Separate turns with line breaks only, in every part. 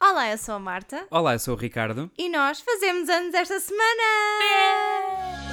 Olá, eu sou a Marta
Olá, eu sou o Ricardo.
e nós fazemos anos esta semana!
É!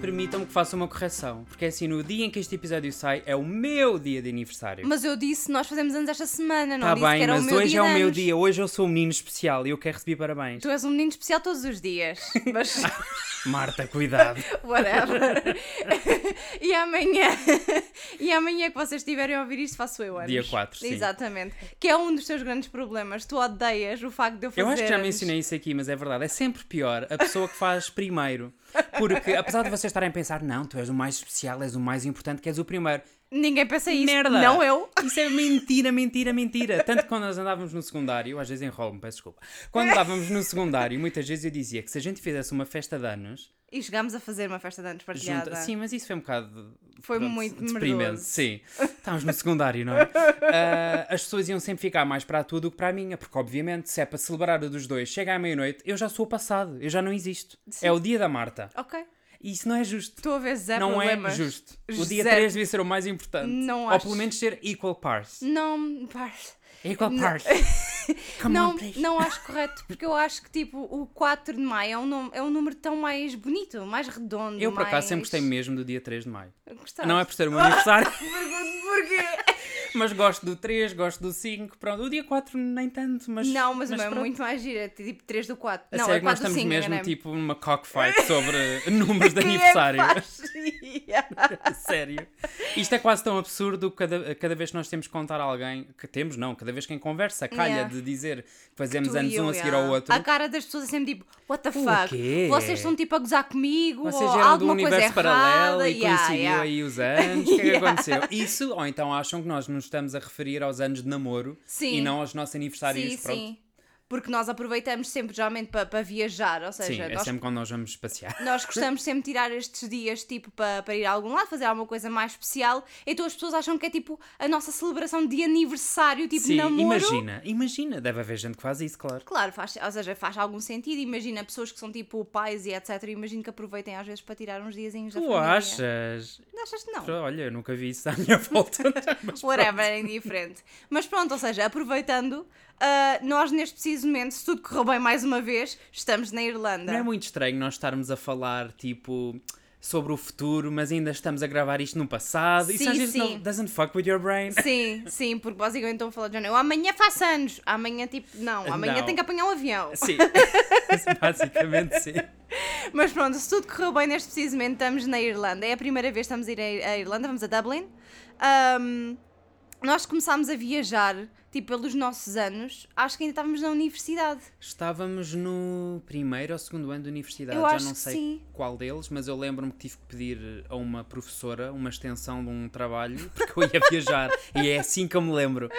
Permitam-me que faça uma correção, porque assim, no dia em que este episódio sai, é o meu dia de aniversário.
Mas eu disse nós fazemos anos esta semana, não
Tá
disse que
bem,
era
mas
o meu
hoje
dia
é
de
o meu
anos.
dia, hoje eu sou um menino especial e eu quero receber parabéns.
Tu és um menino especial todos os dias, mas
Marta, cuidado.
whatever. e amanhã, e amanhã que vocês estiverem a ouvir isto, faço eu anos.
Dia quatro, sim.
Exatamente. Que é um dos teus grandes problemas. Tu odeias o facto de eu fazer
Eu acho que já
anos.
mencionei isso aqui, mas é verdade. É sempre pior a pessoa que faz primeiro. Porque, apesar de vocês estarem a pensar, não, tu és o mais especial, és o mais importante, que és o primeiro.
Ninguém pensa isso.
Merda!
Não eu.
Isso é mentira, mentira, mentira. Tanto que quando nós andávamos no secundário, eu às vezes enrolo-me, peço desculpa. Quando andávamos no secundário, muitas vezes eu dizia que se a gente fizesse uma festa de anos,
E chegámos a fazer uma festa de anos
junta.
partilhada.
Sim, mas isso foi um bocado.
Foi muito
deprimente.
merdoso.
Sim. Estávamos no secundário, não é? Ah, as pessoas iam sempre ficar mais para a tua do que para a minha, porque obviamente, se é para celebrar o dos dois, chega à meia-noite, eu já sou o passado, eu já não existo. É o dia da Marta.
Ok.
E isso não é justo.
Estou a ver zero
não
problemas.
é justo. O
Zero.
dia 3 devia ser o mais importante.
Não
Ou
acho.
pelo menos ser equal parts.
Não, pá,
Equal
Não.
parts. Come
não,
on, please.
não acho correto, porque eu acho que tipo o 4 de maio é um, nome- é um número tão mais bonito, mais redondo.
Eu por acaso sempre
mais- Tá.
gostei mesmo do dia 3 de maio.
Gostaste?
Não é por ser o meu aniversário,
Porquê?
mas gosto do 3, gosto do 5, pronto. O dia 4 nem tanto, mas.
Não, mas, o meu é
pronto.
muito mais giro, é tipo 3 do 4.
A
não,
sério
é
que nós
4 do
estamos
5.
mesmo
enganei-me.
tipo numa cockfight sobre números de
Quem é que
aniversário.
faz?
A sério. Isto é quase tão absurdo cada, cada vez que nós temos que contar a alguém, que temos não, cada vez que em conversa calha
Yeah.
de dizer que fazemos
Tu e
anos
eu,
um a seguir
yeah.
ao outro.
A cara das pessoas é sempre tipo, what the fuck?
quê?
Vocês estão tipo a gozar comigo?
Vocês
ou
eram de um
alguma coisa
universo paralelo
errada?
e
Yeah,
coincidiu
yeah.
aí os anos. O que é que
Yeah.
aconteceu? Isso, ou então acham que nós nos estamos a referir aos anos de namoro
Sim.
e não aos nossos aniversários.
Sim,
Pronto.
sim. Porque nós aproveitamos sempre, geralmente, para viajar. Ou seja,
Sim, é
nós,
sempre quando nós vamos passear.
nós gostamos sempre de tirar estes dias, tipo, para, para ir a algum lado, fazer alguma coisa mais especial. Então as pessoas acham que é, tipo, a nossa celebração de aniversário, tipo,
Sim,
namoro.
imagina, imagina, deve haver gente que faz isso, claro.
Claro, faz, ou seja, faz algum sentido. Imagina pessoas que são, tipo, pais e etc. Imagino que aproveitem, às vezes, para tirar uns diazinhos da
Tu
família.
achas?
Não achas que não?
Olha, eu nunca vi isso à minha volta. mas
Whatever, é indiferente. Mas pronto, ou seja, aproveitando, ah, nós neste preciso momento, se tudo correu bem mais uma vez, estamos na Irlanda.
Não é muito estranho nós estarmos a falar, tipo, sobre o futuro, mas ainda estamos a gravar isto no passado. Isso
Sim,
às vezes
sim.
não doesn't fuck with your brain.
Sim, sim, porque basicamente estão a falar de género, eu amanhã faço anos, amanhã tipo, não, amanhã
Não.
tenho que apanhar um avião.
Sim. Basicamente sim.
Mas pronto, se tudo correu bem neste preciso momento, estamos na Irlanda. É a primeira vez que estamos a ir à à Irlanda, vamos a Dublin. Ahm, nós começámos a viajar, tipo, pelos nossos anos, acho que ainda estávamos na universidade.
Estávamos no primeiro ou segundo ano de universidade,
Eu
já
acho
não
que
sei
sim.
qual deles, mas eu lembro-me que tive que pedir a uma professora uma extensão de um trabalho, porque eu ia viajar, e é assim que eu me lembro.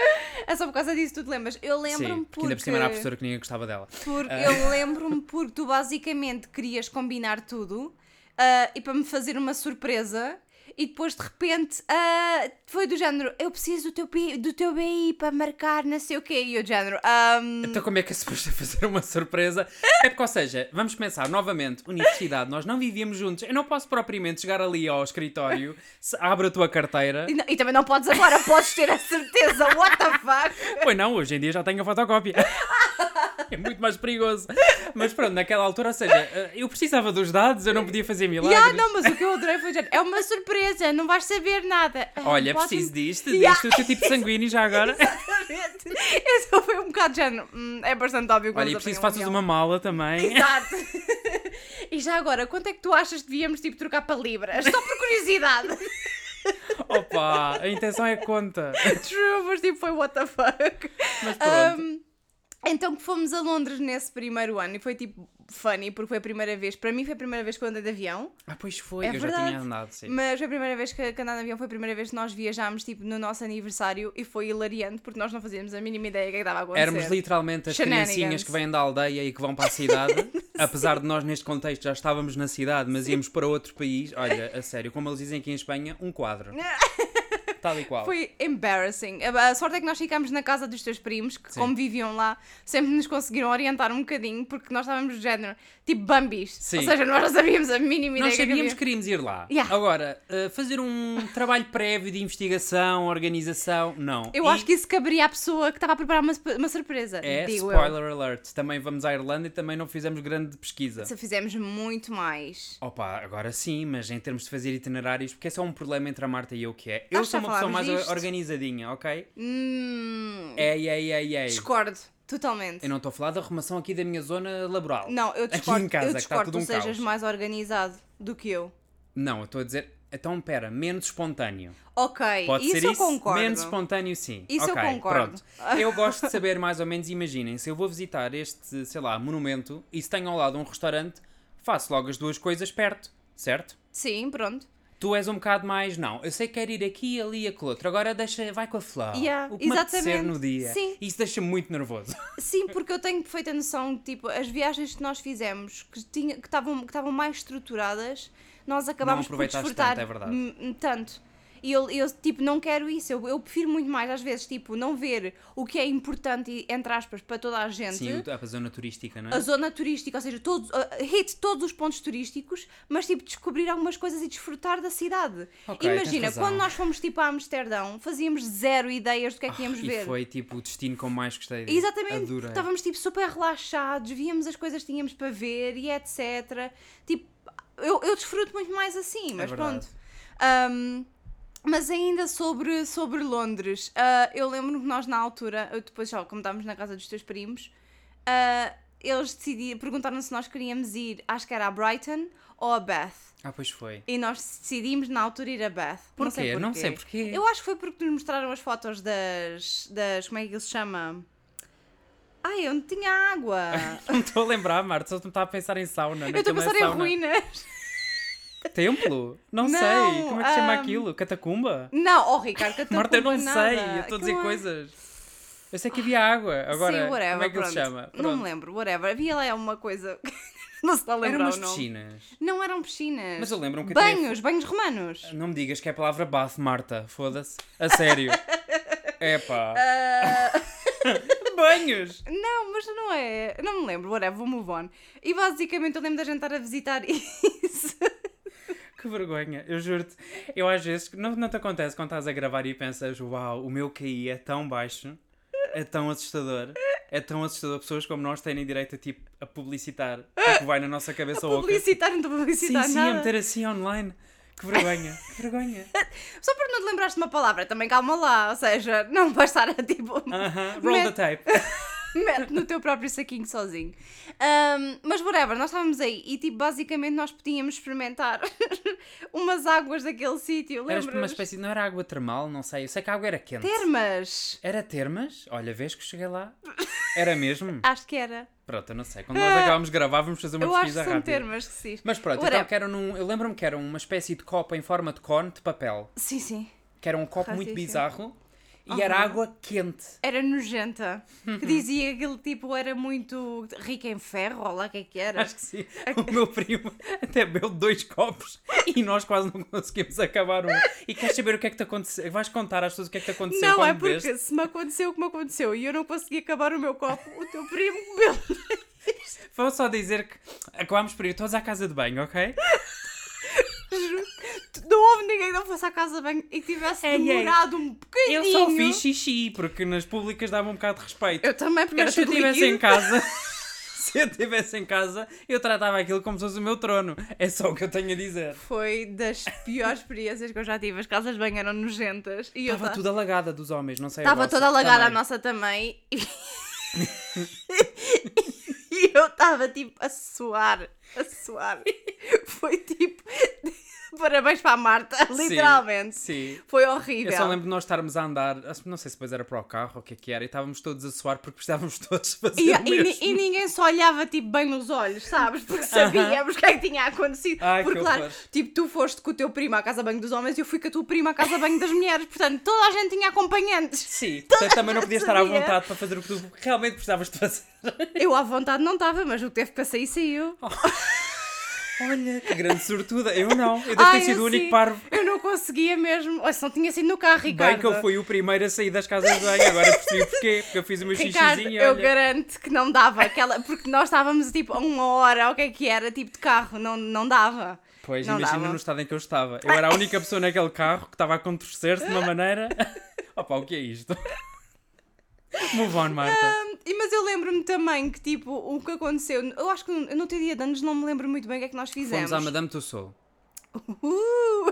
É só por causa disso que tu te lembras. Eu lembro-me
sim,
porque...
porque ainda por cima era a professora que ninguém gostava dela.
Porque eu lembro-me porque tu basicamente querias combinar tudo ah, e para me fazer uma surpresa e depois de repente ah, foi do género eu preciso do teu, pi- do teu BI para marcar não sei o quê e eu do género ahm,
Então como é que é suposto fazer uma surpresa? É porque, ou seja, vamos começar novamente, universidade, nós não vivíamos juntos, eu não posso propriamente chegar ali ao escritório, se abre a tua carteira...
e, não- e também não podes agora, podes ter a certeza, what the fuck?
Pois não, hoje em dia já tenho a fotocópia. É muito mais perigoso. Mas pronto, naquela altura, ou seja, eh, eu precisava dos dados, eu não podia fazer milagres.
Yeah, não, mas o que eu adorei foi do género, é uma surpresa, não vais saber nada. Ah,
Olha, é
podes-
preciso disto,
Yeah.
disto, o teu tipo sanguíneo já agora.
é Exatamente. Esse foi um bocado de género, hum, é bastante óbvio que
Olha,
vamos
e preciso que
apanhar um
faças
avião.
uma mala também.
Exato. E já agora, quanto é que tu achas que devíamos tipo trocar para libras? Só por curiosidade.
Opa, a intenção é que conta.
True, mas tipo foi what the fuck.
Mas pronto.
Um, então que fomos a Londres nesse primeiro ano e foi tipo funny porque foi a primeira vez, para mim foi a primeira vez que eu andei de avião,
ah, pois foi,
é
eu já
verdade.
tinha andado, sim.
mas foi a primeira vez que, que andar de avião, foi a primeira vez que nós viajámos tipo no nosso aniversário e foi hilariante porque nós não fazíamos a mínima ideia do que é que estava a acontecer.
Éramos literalmente as
Shenanigans.
criancinhas que vêm da aldeia e que vão para a cidade. Apesar de nós, neste contexto, já estávamos na cidade, mas íamos para outro país. Olha, a sério, como eles dizem aqui em Espanha, um quadro. Tal e qual.
Foi embarrassing. A a sorte é que nós ficámos na casa dos teus primos, que
Sim.
como viviam lá, sempre nos conseguiram orientar um bocadinho, porque nós estávamos do género, tipo Bambis. Ou
Sim.
seja, nós não sabíamos a mínima
Nós
ideia que
sabíamos
havia.
que queríamos ir lá.
Yeah.
Agora, eh, fazer um trabalho prévio de investigação, organização, não.
Eu
E
acho que isso caberia à pessoa que estava a preparar uma, uma surpresa.
É,
digo eu.
spoiler alert, também vamos à Irlanda e também não fizemos grande pesquisa.
Se fizemos muito mais.
Opa, agora sim, mas em termos de fazer itinerários, porque esse é um problema entre a Marta e eu que é. Eu
Acho que
sou
já
uma pessoa mais
falámos disto.
organizadinha, ok?
Hum,
Ei, ei, ei, ei.
discordo, totalmente.
é, Eu não estou a falar da arrumação aqui da minha zona laboral.
Não, eu
Aqui
discordo.
em casa,
eu
que está
discordo
tudo um
tu sejas
caos.
mais organizado do que eu.
Não, eu estou a dizer. Então, pera, menos espontâneo.
Ok,
Pode
isso
ser
eu
isso?
concordo.
Menos espontâneo, sim.
Isso eu
Ok,
concordo.
Pronto. Eu gosto de saber mais ou menos, imaginem, se eu vou visitar este, sei lá, monumento e se tenho ao lado um restaurante, faço logo as duas coisas perto, certo?
Sim, pronto.
Tu és um bocado mais, não, eu sei que quero ir aqui, ali e aquele outro, agora deixa, vai com a flow.
Yeah,
o que me apetecer
exatamente.
no dia.
Sim.
Isso deixa-me muito nervoso.
Sim, porque eu tenho perfeita noção, tipo, as viagens que nós fizemos, que tinha- que estavam que estavam mais estruturadas, nós acabámos por
aproveitaste
desfrutar
tanto, é verdade.
m- m- tanto. E eu, eu, tipo, não quero isso. Eu, eu prefiro muito mais, às vezes, tipo, não ver o que é importante, e, entre aspas, para toda a gente.
Sim, o- a zona turística, não é?
a zona turística, ou seja, todos, uh, hit todos os pontos turísticos, mas tipo descobrir algumas coisas e desfrutar da cidade.
Ok,
Imagina,
tens razão.
quando nós fomos tipo a Amsterdão, fazíamos zero ideias do que é que íamos ver.
E foi tipo o destino que eu mais gostei. de-
Exatamente, porque
Adorei.
estávamos tipo super relaxados, víamos as coisas que tínhamos para ver e etc. Tipo, eu, eu desfruto muito mais assim, mas
É verdade.
pronto. Ahm, mas ainda sobre, sobre Londres, ah, eu lembro que nós na altura, eu depois já, como estávamos na casa dos teus primos, ah, eles decidiram, perguntaram se nós queríamos ir, acho que era a Brighton ou a Bath.
Ah, pois foi.
E nós decidimos na altura ir a Bath. Não sei
Porquê?
porquê.
Não sei porquê.
Eu acho que foi porque nos mostraram as fotos das. das como é que ele se chama? Ai, onde tinha água.
Não estou a lembrar, Marta, só tu me estava a pensar em sauna.
Eu estou a
naquilo não é
pensar em
sauna.
ruínas.
Templo? Não,
Não,
sei. Como é que se chama
ahm,
aquilo? Catacumba?
Não, oh Ricardo, que
Marta, eu não
Tacumba
sei.
nada.
Eu estou a dizer
Como é?
coisas. Eu sei que havia água. Agora,
Sim, whatever,
como é que ele se
pronto.
chama?
Não me
Pronto.
lembro, whatever. Havia lá uma coisa. não se está a
Eram
lembrar
umas
o nome.
piscinas.
Não eram piscinas.
Mas eu lembro-me que até-
Banhos, banhos romanos.
Não me digas que é a palavra bath, Marta. Foda-se. A sério. Epá. Ah. Banhos.
Não, mas não é. Não me lembro, whatever, vou move on. E basicamente eu lembro da gente estar a visitar isso.
Que vergonha, eu juro-te. Eu às vezes, não, não te acontece quando estás a gravar e pensas, uau, o meu KI é tão baixo, é tão assustador, é tão assustador. Pessoas como nós têm direito tipo, a publicitar o que vai na nossa cabeça oca.
Publicitar, não estou a
Sim,
publicitar
sim,
nada.
a meter assim online. Que vergonha, que vergonha.
Só porque não te lembraste de uma palavra, também calma lá, ou seja, não vais estar a tipo.
Aham, Roll the
Mete-
tape.
mete no teu próprio saquinho sozinho. Ahm, mas whatever, nós estávamos aí e tipo, basicamente nós podíamos experimentar umas águas daquele sítio,
Era uma
lembras?
espécie, não era água termal, não sei. Eu sei que a água era quente.
Termas!
Era termas? Olha, vês que eu cheguei lá. Era mesmo?
Acho que era.
Pronto, eu não sei. Quando nós acabámos de gravar, vamos fazer uma
Ah, Eu acho que
pesquisa
são
rápida.
termas que se diz.
Mas pronto,
Whatever.
então que era num, eu lembro-me que era uma espécie de copo em forma de cone de papel,
Sim, sim.
que era um copo muito
Racismo.
bizarro e era água quente.
Era nojenta. Que dizia que ele tipo era muito rico em ferro, ou lá o que é que era.
Acho que sim. O meu primo até bebeu dois copos e nós quase não conseguimos acabar um. E queres saber o que é que te aconteceu? Vais contar às pessoas o que é que te aconteceu
Não,
quando
é porque
bebeste?
se me aconteceu o que me aconteceu e eu não consegui acabar o meu copo, o teu primo bebeu.
Vou só dizer que acabámos por ir todos à casa de banho, ok?
Não houve ninguém que não fosse à casa de banho e que tivesse
Ei, ei.
demorado um bocadinho.
Eu só fiz xixi, porque nas públicas dava um bocado de respeito.
Eu também, porque
Mas se eu
era tudo
estivesse em
líquido.
casa, se eu estivesse em casa, eu tratava aquilo como se fosse o meu trono. É só o que eu tenho a dizer.
Foi das piores experiências que eu já tive. As casas de banho eram nojentas. E eu
Estava
ta-
tudo alagada dos homens, não sei a
Estava
vossa,
toda alagada a
também.
nossa também. E, e eu estava tipo a suar. A suar. Foi tipo. Parabéns para a Marta,
Sim,
literalmente.
Sim.
Foi horrível.
Eu só lembro de nós estarmos a andar, acho que não sei se depois era para o carro ou o que é que era, e estávamos todos a suar porque precisávamos todos fazer
E,
o
e ni-
mesmo.
e ninguém só olhava tipo bem nos olhos, sabes? Porque sabíamos o que é que tinha acontecido.
Ai,
Porque
que
claro,
horror.
tipo, tu foste com o teu primo à casa de banho dos homens e eu fui com a tua prima à casa de banho das mulheres. Portanto, toda a gente tinha acompanhantes.
Sim, portanto também não
gente
podias estar à
sabia.
vontade para fazer o que tu realmente precisavas de fazer. Oh.
Eu à vontade não estava, mas o que teve para sair saiu.
Olha, que grande sortuda. Eu não. Eu devo
Ai,
ter sido
eu
o único
sim.
parvo.
Eu não conseguia mesmo. Olha, se não tinha sido no carro, Ricardo.
Bem que eu fui o primeiro a sair das casas de banho, agora percebi porquê, porque eu fiz o meu
Ricardo,
xixizinho.
eu
olha.
garanto que não dava aquela. Porque nós estávamos tipo a uma hora, ou o que é que era, tipo de carro, não, não dava.
Pois,
não
imagina
dava.
no estado em que eu estava. Eu era a única pessoa naquele carro que estava a contorcer-se de uma maneira. Opa, o que é isto? Move on, Marta.
E, mas eu lembro-me também que tipo, o que aconteceu. Eu acho que no no teu dia de anos não me lembro muito bem o que é que nós fizemos.
Fomos à Madame Tussauds
Uh,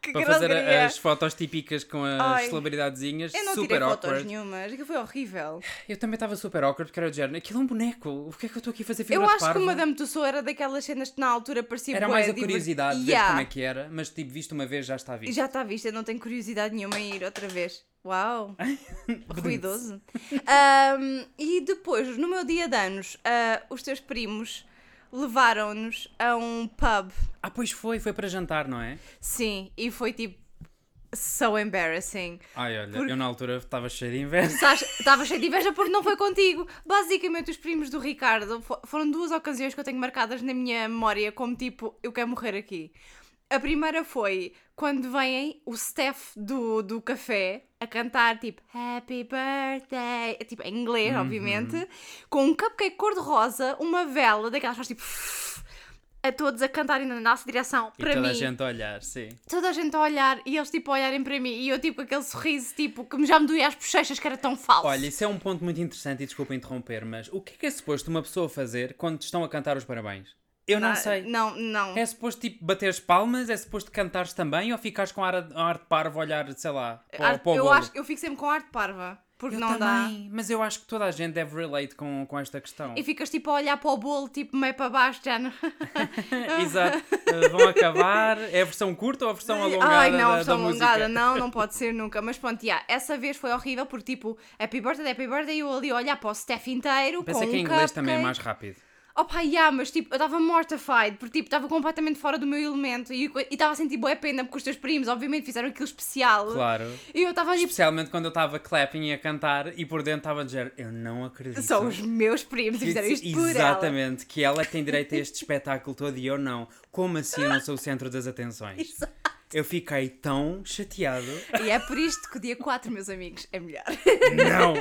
que
para fazer
groseria.
as fotos típicas com as
Ai.
celebridadezinhas.
Eu não
super
tirei fotos
awkward.
nenhumas, aquilo foi horrível.
Eu também estava super awkward porque era de género. Aquilo é um boneco. O que é que eu estou aqui a fazer figura
eu
de
acho que
parvo?
o Madame Tussauds era daquelas cenas que na altura parecia
Era
bué
mais a
divertido.
curiosidade de ver
é Yeah.
como é que era, mas tipo, visto uma vez já está
E
visto.
Já está vista, não tenho curiosidade nenhuma em ir outra vez. Uau! Ruidoso. Ahm, e depois, no meu dia de anos, ah, os teus primos levaram-nos a um pub.
Ah, pois foi, foi para jantar, não é?
Sim, e foi tipo so embarrassing.
Ai, olha, eu na altura estava cheio de inveja.
Sabes, Estava cheio de inveja porque não foi contigo. Basicamente, os primos do Ricardo fo- foram duas ocasiões que eu tenho marcadas na minha memória, como tipo, eu quero morrer aqui. A primeira foi quando vem o staff do, do café a cantar tipo Happy Birthday, tipo em inglês,
Uhum.
obviamente, com um cupcake cor-de-rosa, uma vela, daquelas faz tipo a todos a cantarem na nossa direção
E
para
toda
mim
a gente a olhar, sim.
toda a gente a olhar e eles tipo a olharem para mim e eu tipo com aquele sorriso tipo que me já me doía as bochechas que era tão falso.
Olha, isso é um ponto muito interessante e desculpa interromper, mas o que é que é suposto uma pessoa fazer quando te estão a cantar os parabéns? Eu não
Ah,
sei.
Não, não.
É suposto tipo bateres palmas? É suposto cantares também? Ou ficares com ar, ar de parvo a olhar, sei lá, para,
Arte-
para o
eu
bolo?
acho eu fico sempre com arte parva, porque
Eu
não
também, mas eu acho que toda a gente deve relate com, com esta questão.
dá. E ficas tipo a olhar para o bolo, tipo meio para baixo, já não.
Exato. Uh, vão acabar. É a versão curta ou a versão alongada?
Ai não,
da,
versão
da
alongada,
música?
não, não pode ser nunca. Mas pronto, yeah, essa vez foi horrível porque tipo, happy birthday, happy birthday, e eu ali a olhar para o staff inteiro.
Pensei
com
que
um
em inglês também é
cupcake.
mais rápido.
Opa, yeah, mas tipo, eu estava mortified, porque tipo, estava completamente fora do meu elemento e e estava a sentir boa pena porque os teus primos, obviamente, fizeram aquilo especial.
Claro.
E eu estava tipo,
Especialmente quando eu estava clapping e a cantar e por dentro estava a dizer, eu não acredito.
são os meus primos e
Que-
fizeram isto por ela.
é Exatamente, que ela é que tem direito a este espetáculo todo e eu não. Como assim eu não sou o centro das atenções? Eu fiquei tão chateado.
E é por isto que o dia 4, meus amigos, é melhor.
Não!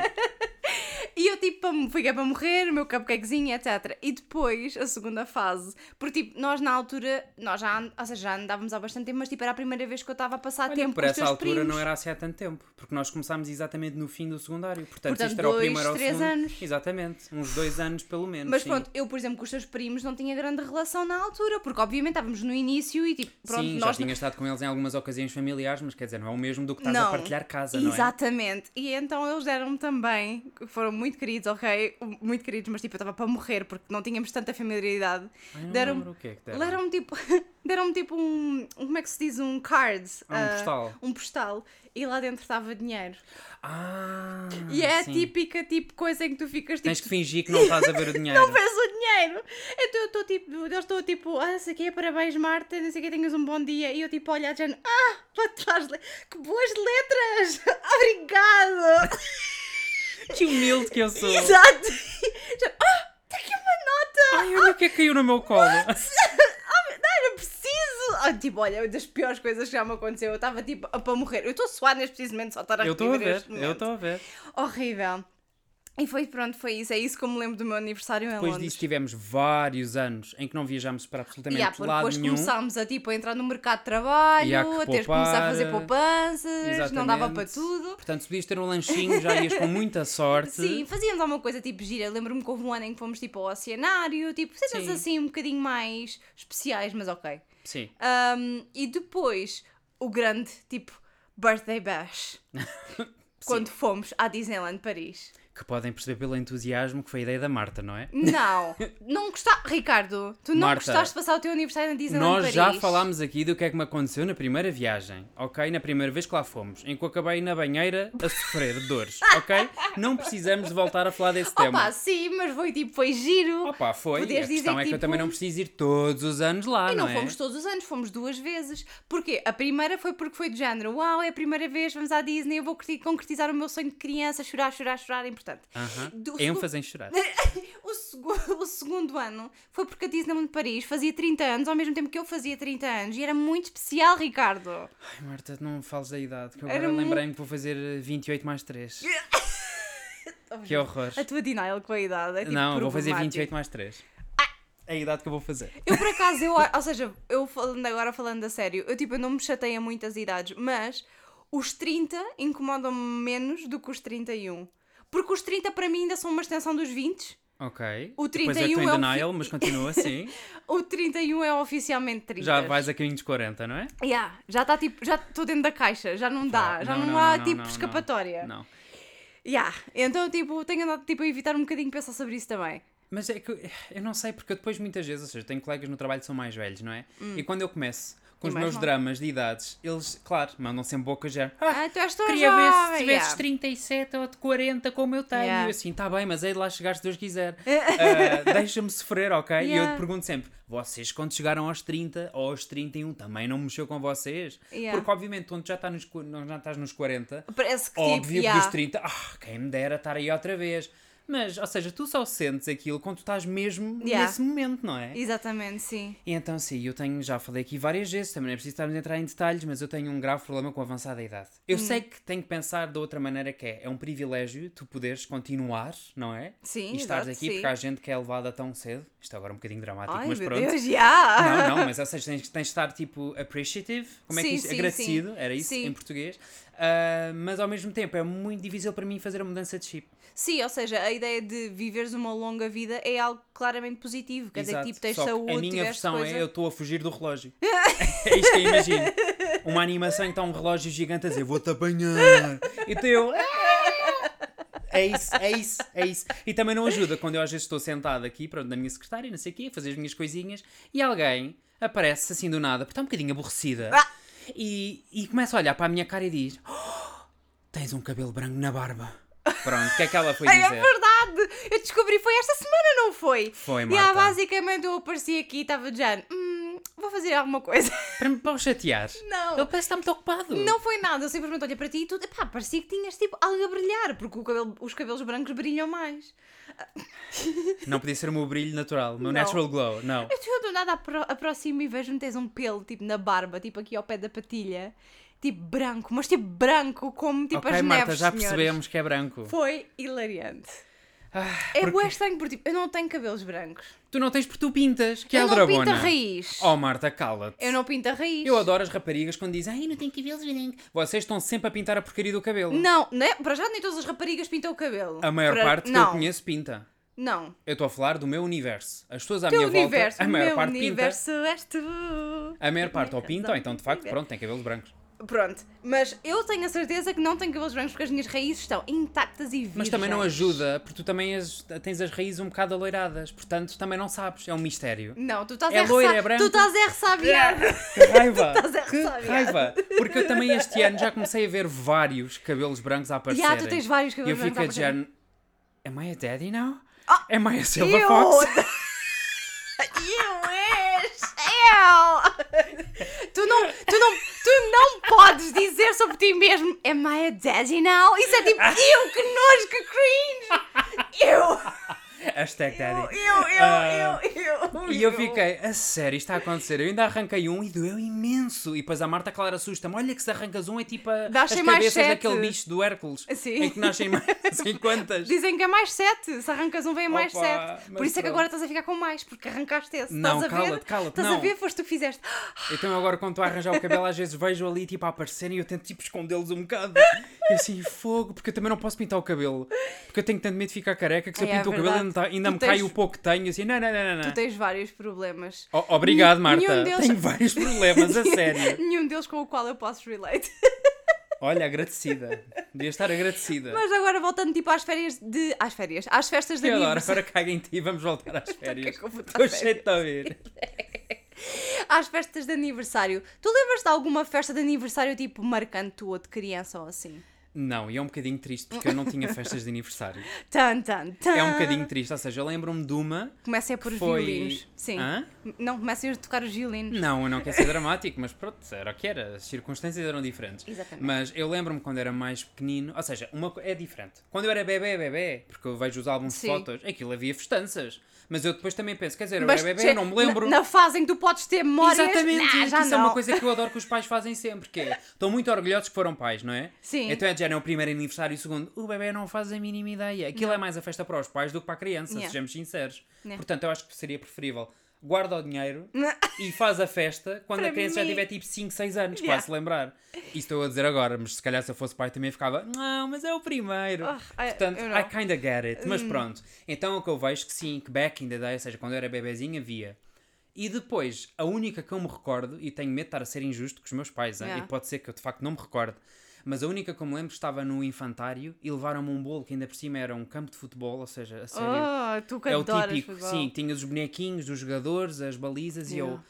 E eu tipo, pam- fiquei para morrer, o meu cupcakezinho, etc. E depois, a segunda fase, porque tipo, nós na altura, nós já, and- ou seja, já andávamos há bastante tempo, mas tipo, era a primeira vez que eu estava a passar
Olha,
tempo
por
com os
essa
teus
altura
primos.
não era assim há tanto tempo, porque nós começámos exatamente no fim do secundário. Portanto,
Portanto,
isto era o
dois,
primeiro ou o
três
segundo.
anos.
Exatamente, uns dois anos pelo menos.
Mas
sim.
pronto, eu, por exemplo, com os teus primos não tinha grande relação na altura, porque obviamente estávamos no início e tipo, pronto,
Sim,
nós
já tinha estado com eles em algumas ocasiões familiares, mas quer dizer, não é o mesmo do que estás a
Não.
partilhar casa, não é?
Exatamente. E então eles deram-me também, que foram muito queridos, ok? Muito queridos, mas tipo, eu estava para morrer porque não tínhamos tanta familiaridade.
Ai, não
Deram-
lembro o que é que deram.
Deram-me tipo, deram tipo um, um- como é que se diz, um card.
Ah, um
ah,
postal.
um postal. E lá dentro estava dinheiro.
Ah,
e é a
sim.
típica tipo coisa em que tu ficas tipo,
Tens que fingir que não estás a ver o dinheiro.
não vês o dinheiro. Então eu estou tipo, eu estou tipo, ah, não sei o quê, parabéns Marta, não sei o quê, tenhas um bom dia. E eu tipo, olha, já, ah, lá atrás, le- que boas letras, obrigado.
Que humilde que eu sou.
Exato! Já, ah, tá aqui uma nota!
Ai, olha o que é que caiu no meu colo.
Não era preciso! Ah, tipo, olha, das piores coisas que já me aconteceu. Eu estava tipo a- para morrer. Eu estou a suar neste precisamente, só estar a
Eu estou a
repetir
ver,
neste
eu
momento.
estou a ver.
Horrível. E foi pronto, foi isso. É isso que eu me lembro do meu aniversário em
Depois
Londres.
disso tivemos vários anos em que não viajámos para absolutamente
Yeah, porque
lado
depois
nenhum.
começámos a, tipo, a entrar no mercado de trabalho,
E há que
a ter que começar a
poupar.
fazer poupanças, não dava para
Exatamente.
tudo.
Portanto, se podias ter um lanchinho, já ias com muita sorte.
Sim, fazíamos alguma coisa tipo gira. Lembro-me que houve um ano em que fomos tipo ao oceanário, tipo, cenas
Sim.
assim um bocadinho mais especiais, mas ok.
Sim.
Um, e depois o grande tipo birthday bash. quando fomos à Disneyland Paris.
Que podem perceber pelo entusiasmo que foi a ideia da Marta, não é?
Não, não gostaste. Ricardo, tu não
Marta,
gostaste de passar o teu aniversário na Disneyland
Nós
Paris.
já falámos aqui do que é que me aconteceu na primeira viagem, ok? Na primeira vez que lá fomos, em que eu acabei na banheira a sofrer de dores, ok? Não precisamos de voltar a falar desse
Opa,
tema.
sim, mas foi tipo, foi giro.
Opa, foi.
Poderes
a questão
dizer,
é que eu
tipo,
também não preciso ir todos os anos lá,
E não,
é?
fomos todos os anos, fomos duas vezes. Porquê? A primeira foi porque foi do género: Uau, é a primeira vez, vamos à Disney, eu vou curti- concretizar o meu sonho de criança, chorar, chorar, chorar em importante.
Aham.
Do
É
segu-
ênfase em chorar.
o, segu- o segundo ano foi porque a Disneyland de Paris fazia 30 anos, ao mesmo tempo que eu fazia 30 anos, e era muito especial, Ricardo.
Ai, Marta, não me fales da idade, que eu
Era
agora
mu-
lembrei-me que vou fazer eh, 28 mais 3.
Tá
que horror.
A tua denial com a idade. É tipo
não, vou fazer
problemático. Ah!
28 mais 3. É a idade que eu vou fazer.
Eu por acaso, eu, ou seja, eu falando agora falando a sério, eu tipo, eu não me chateio a muitas idades, mas os 30 incomodam-me menos do que os 31. Porque os 30 para mim ainda são uma extensão dos 20.
Ok.
O
Depois eu
31
estou
é o
em
fi-
denial, mas continua assim.
O 31 é oficialmente 30.
Já vais a caminho dos 40, não é?
Yeah, já está tipo, já estou dentro da caixa, já não dá, já não, há tipo escapatória.
Não.
Yeah. Então tipo, tenho andado tipo, a evitar um bocadinho pensar sobre isso também.
Mas é que eu- eu não sei, porque eu depois muitas vezes, ou seja, tenho colegas no trabalho que são mais velhos, não é? E quando eu começo
Hum. E
com os
mais
meus
mal.
dramas de idades, eles, claro, mandam sempre boca já.
Ah, tu és tão
Queria ver se
jovem,
tivesses
yeah.
37 ou de 40 como eu tenho.
Yeah.
E eu assim, tá bem, mas aí de lá chegar se Deus quiser. Ah, Deixa-me sofrer, ok? E eu
Yeah.
te pergunto sempre, vocês quando chegaram aos 30 ou aos 31 também não mexeu com vocês?
Yeah.
Porque obviamente quando já, tá nos, qu- não- já estás nos 40,
Parece que
óbvio
tipo,
que
yeah.
dos 30, ah, quem me dera estar aí outra vez. Mas, ou seja, tu só sentes aquilo quando tu estás mesmo
Yeah.
nesse momento, não é?
Exatamente, sim.
E então, sim, eu tenho, já falei aqui várias vezes, também não é preciso estarmos a entrar em detalhes, mas eu tenho um grave problema com a avançada idade.
Hum.
Eu sei que tenho que pensar de outra maneira que é, é um privilégio tu poderes continuar, não é?
Sim,
E estares
exato,
aqui
sim.
porque há gente que é levada tão cedo. Isto é agora um bocadinho dramático,
Ai,
mas
meu
pronto.
Deus, já.
Não, não, mas ou seja, tens, tens de estar tipo appreciative, como é que
Sim,
isso?
sim,
Agradecido,
sim.
era isso
Sim.
em português. Ah, mas ao mesmo tempo é muito difícil para mim fazer a mudança de chip.
Sim, ou seja, a ideia de viveres uma longa vida é algo claramente positivo. Quer dizer,
Exato.
tipo, tens
Só que
saúde,
A minha
tiveste
versão
coisa...
é eu estou a fugir do relógio. é isto que eu imagino. Uma animação em que está um relógio gigante a dizer vou-te apanhar. E tu eu. "Ah!" É isso, é isso, é isso. E também não ajuda quando eu às vezes estou sentado aqui, pronto, na minha secretária, não sei o quê, a fazer as minhas coisinhas e alguém aparece assim do nada, porque está um bocadinho aborrecida.
Ah!
E, e começa a olhar para a minha cara e diz: "Oh, Tens um cabelo branco na barba. Pronto, o que é que ela foi
Ai, é
dizer?
verdade! Eu descobri, foi esta semana, não foi?
Foi,
E ah,
Marta.
basicamente eu apareci aqui e estava de género, hum, vou fazer alguma coisa.
Para me para o chatear.
Não.
Ele parece que está muito ocupado.
Não foi nada, eu simplesmente olhei para ti e tu, pá, parecia que tinhas tipo algo a brilhar, porque o cabelo- os cabelos brancos brilham mais.
Não podia ser o meu brilho natural, o meu
Não. É
natural glow, não.
Eu, eu do nada apro aproximo e vejo-me tens um pelo, tipo, na barba, tipo aqui ao pé da patilha, tipo branco, mas tipo branco, como tipo
ok,
as
Marta,
neves,
já
senhores.
percebemos que é branco.
Foi hilariante.
Ah,
É
porque
bué estranho, porque tipo, eu não tenho cabelos brancos.
tu não tens porque tu pintas, que é
eu não pinto a
aldrabona.
raiz.
Oh, Marta, cala-te.
Eu não pinto a raiz.
Eu adoro as raparigas quando dizem, ai, não tenho cabelo brancos. Vocês estão sempre a pintar a porcaria do cabelo.
Não, né? para já nem todas as raparigas pintam o cabelo.
A maior
Para-
parte que
não,
eu conheço pinta.
Não.
Eu estou a falar do meu universo. As pessoas à
Teu
minha
universo,
volta, a maior
meu
parte
universo és tu.
pinta. A maior parte ou
Minha
pinta,
razão
ou então de facto,
viver.
pronto, tem cabelos brancos.
Pronto, mas eu tenho a certeza que não tenho cabelos brancos porque as minhas raízes estão intactas e virgens.
Mas também não ajuda, porque tu também as- tens as raízes um bocado aloiradas, portanto também não sabes, é um mistério.
Não, tu estás
É
a
loira,
ressa-
é branco.
Tu estás a ressabiar.
Que raiva!
Estás a
que
ressabiar.
raiva! Porque eu também este ano já comecei a ver vários cabelos brancos a aparecerem.
tu tens vários cabelos
E eu fico
brancos a Ah,
a dizer, Am I a daddy now? Am I a Silver
Eu-
Fox?
You wish! Eu! Tu não, tu, não, tu não podes dizer sobre ti mesmo Am I a daddy now? Isso é tipo eu, que nojo, que cringe! Eu!
Hashtag daddy.
Eu,
Ah,
eu, eu, eu!
E eu fiquei, a sério, isto está a acontecer. Eu ainda arranquei um e doeu imenso. E depois a Marta Clara assusta-me. Olha que se arrancas um é tipo a, as
Nascem
cabeças
mais sete.
daquele bicho do Hércules.
Sim.
Em que nascem mais 50.
Dizem que é mais 7, se arrancas um vem mais
Opa,
7. Por isso é
mas
que
pronto.
agora estás a ficar com mais, porque arrancaste esse.
Não,
estás a ver?
cala-te, cala-te,
Estás a
não.
ver? Foste tu que fizeste.
Então agora quando estou a arranjar o cabelo às vezes vejo ali tipo a aparecerem e eu tento tipo escondê-los um bocado. E assim, fogo, porque eu também não posso pintar o cabelo. Porque eu tenho tanto medo de ficar careca que se eu
É, é
pinto o cabelo
verdade.
ainda, tá- ainda
Tu
me
tens-
cai o pouco que tenho. Assim, não, não, não, não.
Tu
não.
tens vários problemas.
O- obrigado,
Nenhum
Marta.
deles-
Tenho vários problemas, a sério.
Nenhum deles com o qual eu posso relate.
Olha, agradecida. Devia estar agradecida.
Mas agora voltando tipo às férias de. às férias, às festas de
Eu adoro,
amigos.
agora caga em ti e vamos voltar às férias.
que eu vou estar
Estou
de
cheio de te ouvir.
Às festas de aniversário. Tu lembras de alguma festa de aniversário tipo marcante tua de criança ou assim?
Não, e é um bocadinho triste porque eu não tinha festas de aniversário.
Tan, tan, tan.
É um bocadinho triste, ou seja, eu lembro-me de uma.
Comecem a pôr os
Foi-
violinos. Sim.
Hã?
Não, comecem a tocar os violinos.
Não, eu não quero ser dramático, mas pronto, era o que era. As circunstâncias eram diferentes.
Exatamente.
Mas eu lembro-me quando era mais pequenino, ou seja, uma co- é diferente. Quando eu era bebê, bebê, porque eu vejo os álbuns
Sim.
de fotos, aquilo havia festanças. Mas eu depois também penso, quer dizer, eu
Mas
era bebê,
já-
eu não me lembro.
Na, na fase em que tu podes ter memórias.
Exatamente,
nah,
isso
já
é
não.
uma coisa que eu adoro que os pais fazem sempre, que é, estão muito orgulhosos que foram pais, não é?
Sim.
Então é de género, o primeiro aniversário e o segundo, o bebê não faz a mínima ideia. Aquilo é mais a festa para os pais do que para a criança,
Yeah.
sejamos sinceros.
Yeah.
Portanto, eu acho que seria preferível guarda o dinheiro
Nah.
e faz a festa quando
Para
a criança já
mim.
tiver tipo 5, 6 anos,
Yeah.
quase lembrar. Isto estou a dizer agora, mas se calhar se eu fosse pai também ficava, não, mas é o primeiro.
Ah, ah,
Portanto,
eu não. Hum.
I kinda get it, mas pronto. Então o que eu vejo que sim, que back in the day, ou seja, quando eu era bebezinho havia. E depois, a única que eu me recordo, e tenho medo de estar a ser injusto com os meus pais, hein,
Yeah.
e pode ser que eu de facto não me recordo, mas a única que eu me lembro estava no infantário e levaram-me um bolo que ainda por cima era um campo de futebol, ou seja, a sério
Oh, tu que
é o
adoras
típico,
futebol.
sim, tinhas os bonequinhos, os jogadores, as balizas e eu.
Yeah.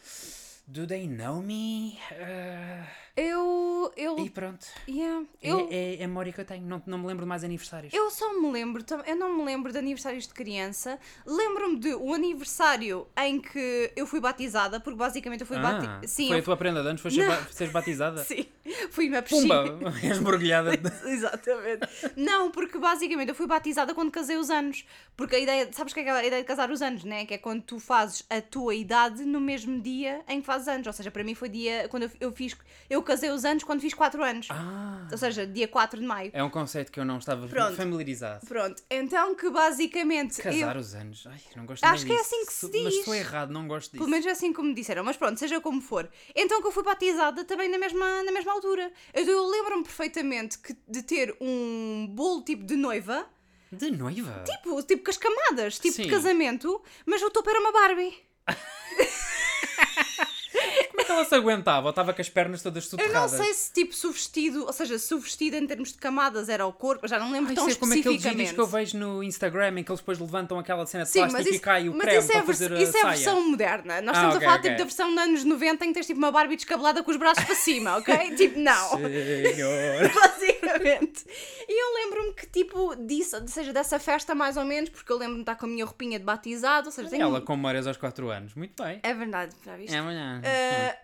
Do they know me? Ah,
Eu. Eu.
e pronto.
yeah,
É-
eu...
É, é a memória que eu tenho. Não, não me lembro de mais aniversários.
Eu só me lembro, tam- eu não me lembro de aniversários de criança. Lembro-me de um aniversário em que eu fui batizada, porque basicamente eu fui
Ah,
batizada. Sim,
foi a
eu...
tua prenda de anos, foste
Não.
ba- seres batizada.
sim, fui na piscina.
Pumba! És mergulhada. de-
Exatamente. Não, porque basicamente eu fui batizada quando casei os anos. Porque a ideia, sabes o que é aquela ideia de casar os anos, né? Que é quando tu fazes a tua idade no mesmo dia em que fazes anos. Ou seja, para mim foi dia quando eu, eu fiz, eu casei os anos quando fiz 4 anos.
Ah,
Ou seja, dia 4 de maio.
é um conceito que eu não estava
Pronto.
familiarizado.
Pronto, então que basicamente eu-
Casar os anos. Ai, não gosto
Acho
nem
que é
disso.
assim que se
Mas
diz.
estou errado, não gosto disso.
Pelo menos é assim como me disseram, mas pronto, seja como for. Então que eu fui batizada também na mesma, na mesma altura. Então eu lembro-me perfeitamente que, de ter um bolo tipo de noiva,
De noiva?
tipo, tipo com as camadas, tipo
Sim.
de casamento, mas o topo era uma Barbie.
Como é que ela se aguentava? Ou estava com as pernas todas
Eu não
soterradas?
sei se tipo se o vestido, ou seja, se o vestido em termos de camadas era o corpo, eu já não lembro
Ai,
tão
isso é como aqueles vídeos
especificamente.
que eu vejo no Instagram em que eles depois levantam aquela cena de
Sim,
plástico
mas isso,
e cai o
mas
creme
isso é,
para
a vers-
fazer a
isso é a
saia.
versão moderna. Nós
Ah,
estamos
ok,
a falar
ok.
tipo da versão dos anos 90 em que tens tipo uma Barbie descabelada com os braços para cima, ok? tipo, não.
Senhor.
basicamente. E eu lembro-me que, tipo, disso, ou seja, dessa festa mais ou menos, porque eu lembro-me de estar com a minha roupinha de batizado, ou seja, tenho...
Ela com memórias aos 4 anos. Muito bem.
É verdade, já viste?
É amanhã.
Ah,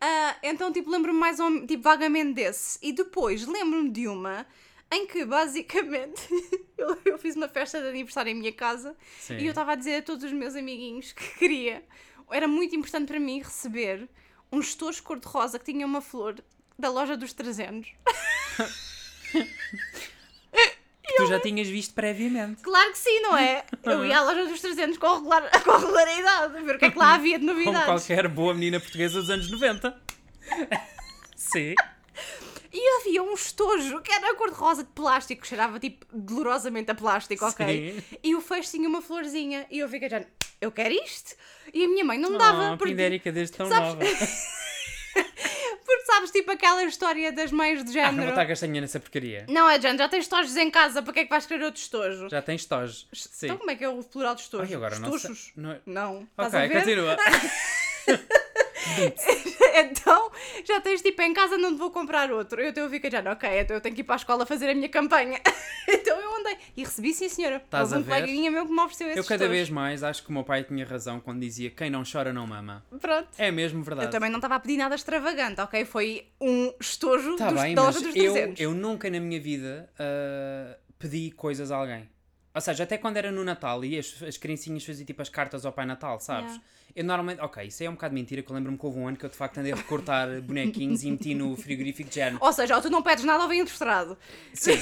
ah, então, tipo, lembro-me mais ou tipo, vagamente desse. E depois lembro-me de uma em que, basicamente, eu, eu fiz uma festa de aniversário em minha casa
Sim.
e eu estava a dizer a todos os meus amiguinhos que queria, era muito importante para mim receber uns estojos cor-de-rosa que tinham uma flor da loja dos 300.
que tu já tinhas visto previamente.
Claro que sim, não é? Eu ia à loja dos 300 com, regular, com regularidade, ver o que é que lá havia de
Como
novidades.
qualquer boa menina portuguesa dos anos 90. Sim.
E havia um estojo que era cor-de-rosa de plástico, que cheirava tipo dolorosamente a plástico, ok? E o fecho tinha uma florzinha e eu fiquei já, eu quero isto. E a minha mãe não me dava,
oh,
porque,
Pindérica desde tão
Sabes-
nova.
porque sabes, tipo aquela história das mães de
Ah, não vou
género.
estar a gastar dinheiro nessa porcaria.
não é, Jane, já tens estojos em casa, para que é que vais querer outro estojo?
Já tens tojos. Sim.
Então como é que é o plural de estojos?
Ai, agora não sei-
Estojos?
não é-
Não. Estás a
Ok,
ver?
continua.
então já tens tipo em casa não te vou comprar outro. Eu estou a ficar já, não, ok, então eu tenho que ir para a escola fazer a minha campanha. então eu andei e recebi sim senhora.
Estás
Houve um
a ver?
coleguinha meu que me ofereceu esse
Eu cada vez mais acho que o meu pai tinha razão quando dizia quem não chora não mama.
Pronto.
É mesmo verdade.
Eu também não estava a pedir nada extravagante, ok? Foi um estojo
Tá
dos,
bem,
da
mas
loja dos
eu,
300.
eu nunca na minha vida ah, pedi coisas a alguém. Ou seja, até quando era no Natal e as, as criancinhas faziam tipo as cartas ao Pai Natal, sabes?
Yeah.
Eu normalmente, ok, isso aí é um bocado mentira, que eu lembro-me que houve um ano que eu de facto andei a recortar bonequinhos e meti no frigorífico de género.
Ou seja, ou tu não pedes nada ou vem ilustrado.
Sim,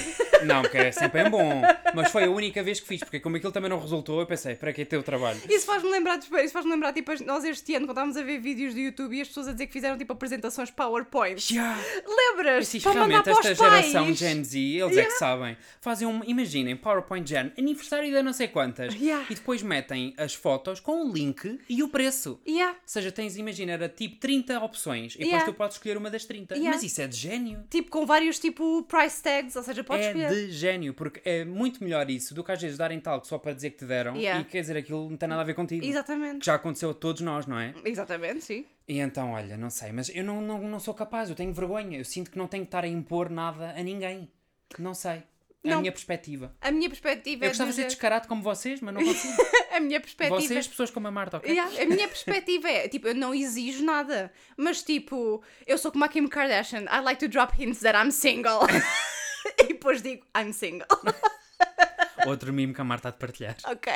não, porque é sempre é bom. Mas foi a única vez que fiz, porque como aquilo também não resultou, eu pensei, para que é teu trabalho?
Isso faz-me lembrar, de- isso faz-me lembrar, tipo, as- nós este ano, quando estávamos a ver vídeos do YouTube e as pessoas a dizer que fizeram, tipo, apresentações PowerPoint.
Yeah.
Lembras?
Sim,
para mandar
realmente
para os
esta geração
pais.
Gen Z, eles é que sabem. Fazem um, imaginem, PowerPoint Gen, aniversário da não sei quantas,
Yeah.
e depois metem as fotos com o link e o preço.
Yeah.
Ou seja, tens, imagina, era tipo 30 opções e depois
Yeah.
tu podes escolher uma das 30.
Yeah.
Mas isso é de gênio.
Tipo, com vários, tipo, price tags, ou seja, podes
é
escolher.
de gênio, porque é muito melhor isso do que às vezes darem tal só para dizer que te deram
Yeah.
e quer dizer aquilo não tem nada a ver contigo. Que
Exatamente.
já aconteceu a todos nós, não é?
Exatamente, sim.
E então, olha, não sei, mas eu não, não, não sou capaz, eu tenho vergonha, eu sinto que não tenho que estar a impor nada a ninguém. Não sei. É a
Não.
minha perspectiva.
A minha perspectiva é
Eu gostava de ser
dizer-
descarado como vocês, mas não consigo.
A minha perspectiva
vocês, pessoas como a Marta, ok?
Yeah, a minha perspectiva é, tipo, eu não exijo nada, mas tipo, eu sou como a Kim Kardashian, I like to drop hints that I'm single. e depois digo, I'm single,
Outro mimo que a Marta há de partilhar.
ok?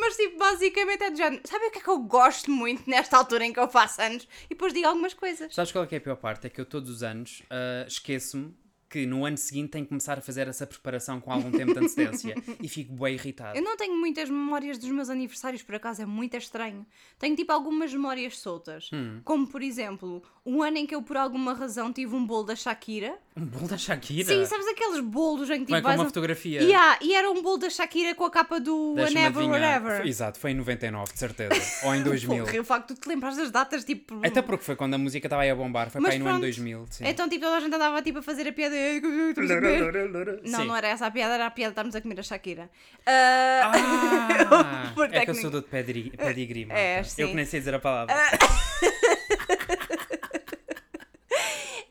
Mas tipo, basicamente é do género, sabe o que é que eu gosto muito nesta altura em que eu faço anos? E depois digo algumas coisas.
Sabes qual é, que é a pior parte? É que eu todos os anos ah, esqueço-me que no ano seguinte tenho que começar a fazer essa preparação com algum tempo de antecedência e fico bem irritado.
Eu não tenho muitas memórias dos meus aniversários, por acaso, é muito estranho. Tenho tipo algumas memórias soltas,
Hum.
como por exemplo, o ano em que eu por alguma razão tive um bolo da Shakira.
Um bolo da Shakira?
Sim, sabes aqueles bolos em que
Como é
tipo,
com uma
vais a-
fotografia?
Yeah, e era um bolo da Shakira com a capa do
Deixa-me
Whenever
adivinhar.
Whatever.
Foi- Exato, foi em 99, de certeza. Ou em 2000.
Porra, o facto de tu te lembras das datas, tipo.
Até porque foi quando a música estava aí a bombar. Foi
Mas
para aí no ano
pronto.
2000. Sim.
Então, tipo, toda a gente andava tipo, a fazer a piada. Não,
Sim.
não era essa a piada, era a piada de estarmos a comer a Shakira. Ah,
Ah,
Por
é que eu
técnica.
sou do pedi- pedigree, Marta.
É,
Eu
sim.
que nem sei dizer a palavra.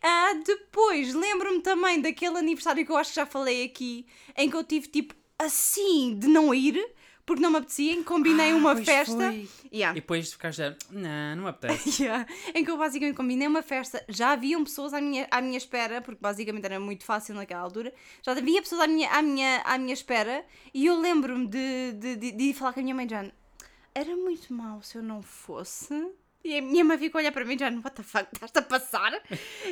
ah, depois, lembro-me também daquele aniversário que eu acho que já falei aqui, em que eu tive tipo assim de não ir, porque não me apetecia, em que combinei
Ah,
uma
pois
festa.
foi.
Yeah.
E depois ficaste a não, não me apetece.
Yeah. Em que eu basicamente combinei uma festa, já haviam pessoas à minha, à minha espera, porque basicamente era muito fácil naquela altura, já havia pessoas à minha, à minha, à minha espera, e eu lembro-me de, de, de, de falar com a minha mãe, Jane, era muito mau se eu não fosse. E a minha mãe fica a olhar para mim, Jane, what the fuck, estás-te a passar?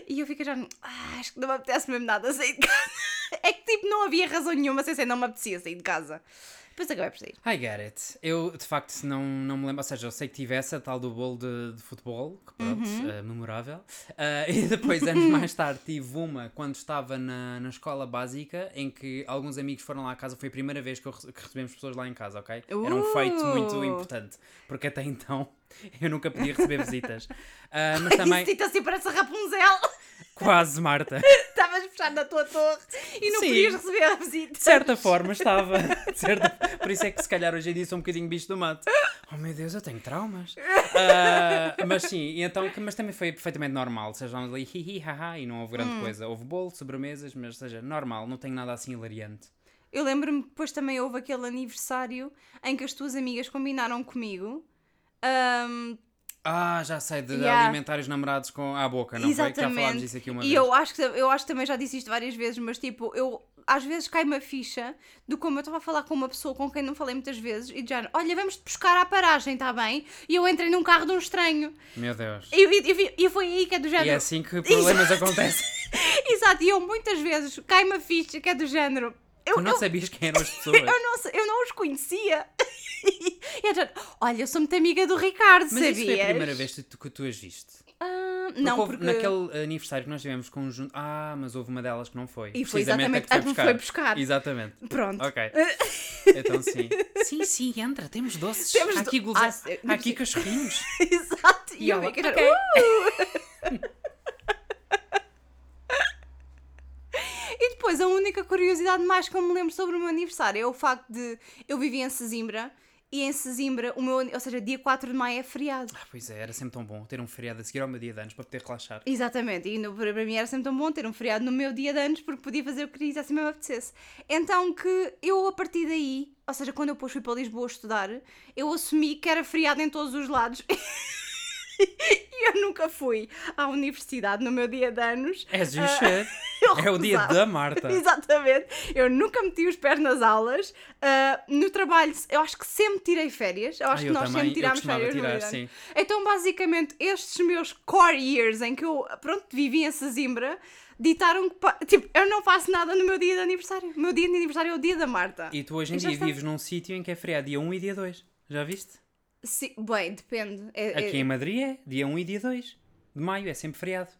E eu fico, Jane, ah, acho que não me apetece mesmo nada sair de casa. É que tipo, não havia razão nenhuma, sem ser não me apetecia sair de casa. Depois acabei por sair.
I get it. Eu, de facto, não, não me lembro. Ou seja, eu sei que tive essa tal do bolo de, de futebol, que pronto,
Uhum.
é memorável. Ah, e depois, anos mais tarde, tive uma quando estava na, na escola básica, em que alguns amigos foram lá à casa. Foi a primeira vez que, eu rece- que recebemos pessoas lá em casa, ok? Era um feito muito
Uh!
importante, porque até então eu nunca podia receber visitas. Ah, mas também,
Isso assim parece a Rapunzel.
quase, Marta.
Estavas fechado na tua torre e não
Sim.
podias receber a visita.
De certa forma estava. De certa... Por isso é que se calhar hoje em dia sou um bocadinho bicho do mato. Oh meu Deus, eu tenho traumas. Ah, mas sim, e então, que- mas também foi perfeitamente normal. Sejam ali hi hi haha e não houve grande coisa. Houve bolo, sobremesas, mas seja normal, não tenho nada assim hilariante.
Eu lembro-me que depois também houve aquele aniversário em que as tuas amigas combinaram comigo. ahm,
Ah, já sei, de
Yeah.
alimentar os namorados com à boca, não foi? Que já falámos disso aqui uma
e
vez.
eu acho, que, eu acho que também já disse isto várias vezes, mas tipo, eu às vezes cai-me a ficha do como eu estava a falar com uma pessoa com quem não falei muitas vezes e já, olha, vamos te buscar à paragem, está bem? E eu entrei num carro de um estranho.
Meu Deus.
E, e- e- e foi aí que é do género.
E é assim que problemas acontecem.
Exato, e eu muitas vezes cai-me a ficha que é do género. Eu,
Tu não
eu-
sabias quem eram as pessoas.
Eu não, sei- eu não os conhecia. E a Jane, olha, eu sou muito amiga do Ricardo,
Mas
sabias?
isso foi a primeira vez que tu, que tu as viste.
Ah,
Porque
não,
houve-
porque...
naquele eh, aniversário que nós tivemos conjunto. Ah, mas houve uma delas que não foi.
E foi
Precisamente
exatamente a que me foi buscar.
Exatamente.
Pronto.
Ok. Então sim. sim, sim, entra, temos doces.
Temos
Há aqui
do-
gulosa-
Ah, se-
há aqui cachorrinhos.
Exato. E,
E
eu "Uh".
ela,
vi que era...
ok.
E depois, a única curiosidade mais que eu me lembro sobre o meu aniversário é o facto de eu vivia em Sesimbra e em Sesimbra, o meu, ou seja, dia 4 de maio é feriado.
Ah, pois é, era sempre tão bom ter um feriado a seguir ao meu dia de anos para poder relaxar.
Exatamente, e no, para para mim era sempre tão bom ter um feriado no meu dia de anos porque podia fazer o que queria assim mesmo apetecesse. Então que eu a partir daí, ou seja, quando eu depois fui para Lisboa estudar, eu assumi que era feriado em todos os lados. e eu nunca fui à universidade no meu dia de anos.
As you
Ah,
should.
eu
É o dia
recusava.
da Marta.
Exatamente, eu nunca meti os pés nas aulas. Ah, no trabalho, eu acho que sempre tirei férias. Eu acho
Ah,
que
eu
nós
também,
sempre
eu
tirámos
costumava
férias. no
tirar,
verão.
sim.
Então, basicamente, estes meus core years em que eu, pronto, vivi em Sesimbra, ditaram que, pa- tipo, eu não faço nada no meu dia de aniversário. O meu dia de aniversário é o dia da Marta.
E tu hoje em
E já
dia
está.
vives num sítio em que é feriado dia 1 e dia 2. Já viste?
Sim, bem, depende. É- é-
Aqui em Madrid é dia 1 e dia 2 de maio, é sempre feriado.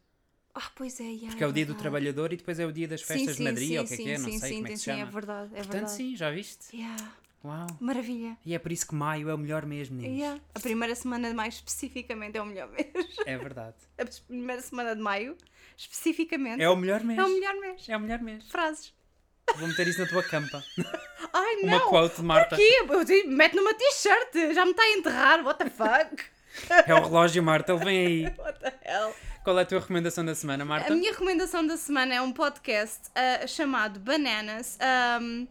Ah, pois é, yeah,
Porque é o dia do
verdade.
trabalhador e depois é o dia das festas de Madrid, ou o que é que é, não
sim,
sei
sim,
como é
sim,
que se
sim,
chama.
é verdade, é
Portanto,
verdade.
sim, já viste?
Yeah.
Uau.
Maravilha.
E é por isso que maio é o melhor mês, meninos.
Yeah. A primeira semana mais especificamente é o melhor mês.
É verdade.
A primeira semana de maio, especificamente,
É o melhor mês.
é o melhor mês.
É o melhor mês.
Frases.
Vou meter isso na tua campa.
Ai, não!
Uma quote de Marta.
Porquê? Eu digo, Mete numa t-shirt, já me está a enterrar, what the fuck?
É o relógio, Marta, ele vem aí.
What the hell?
Qual é a tua recomendação da semana, Marta?
A minha recomendação da semana é um podcast ah, chamado Bananas. Ahm,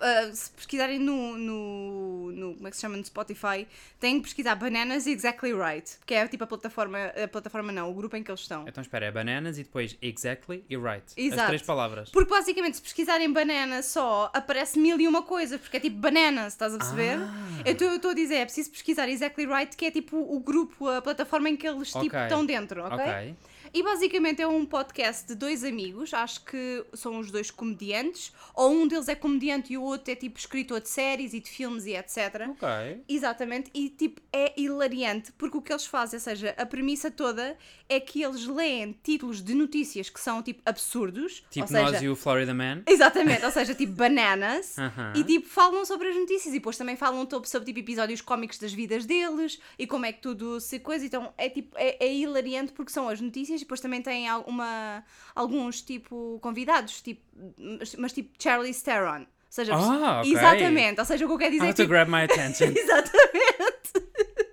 ah, se pesquisarem no, no, no- Como é que se chama? No Spotify, têm que pesquisar Bananas Exactly Right, que é tipo a plataforma. A plataforma não, o grupo em que eles estão.
Então espera, é bananas e depois exactly e right. As
Exato.
três palavras.
Porque basicamente, se pesquisarem banana só, aparece mil e uma coisas, porque é tipo bananas, estás a perceber?
Ah.
Então eu estou a dizer, é preciso pesquisar Exactly Right, que é tipo o grupo, a plataforma em que eles tipo,
Ok.
estão dentro,
Ok.
e basicamente é um podcast de dois amigos, acho que são os dois comediantes, ou um deles é comediante e o outro é tipo escritor de séries e de filmes e etc.
Ok.
Exatamente, e tipo é hilariante, porque o que eles fazem, ou seja, a premissa toda é que eles leem títulos de notícias que são tipo absurdos,
Tipo
ou seja,
nós e o Florida Man.
Exatamente, ou seja, tipo bananas.
Aham.
E tipo, falam sobre as notícias e depois também falam to- sobre tipo, episódios cómicos das vidas deles e como é que tudo se coisa. Então é tipo, é, é hilariante porque são as notícias e depois também têm alguma, alguns tipo convidados, tipo, mas, mas tipo Charlie Theron. Ou seja,
Ah, ok.
exatamente. Ou seja, o que eu quero dizer
How
é
Ah, to
tipo,
grab my attention.
Exatamente.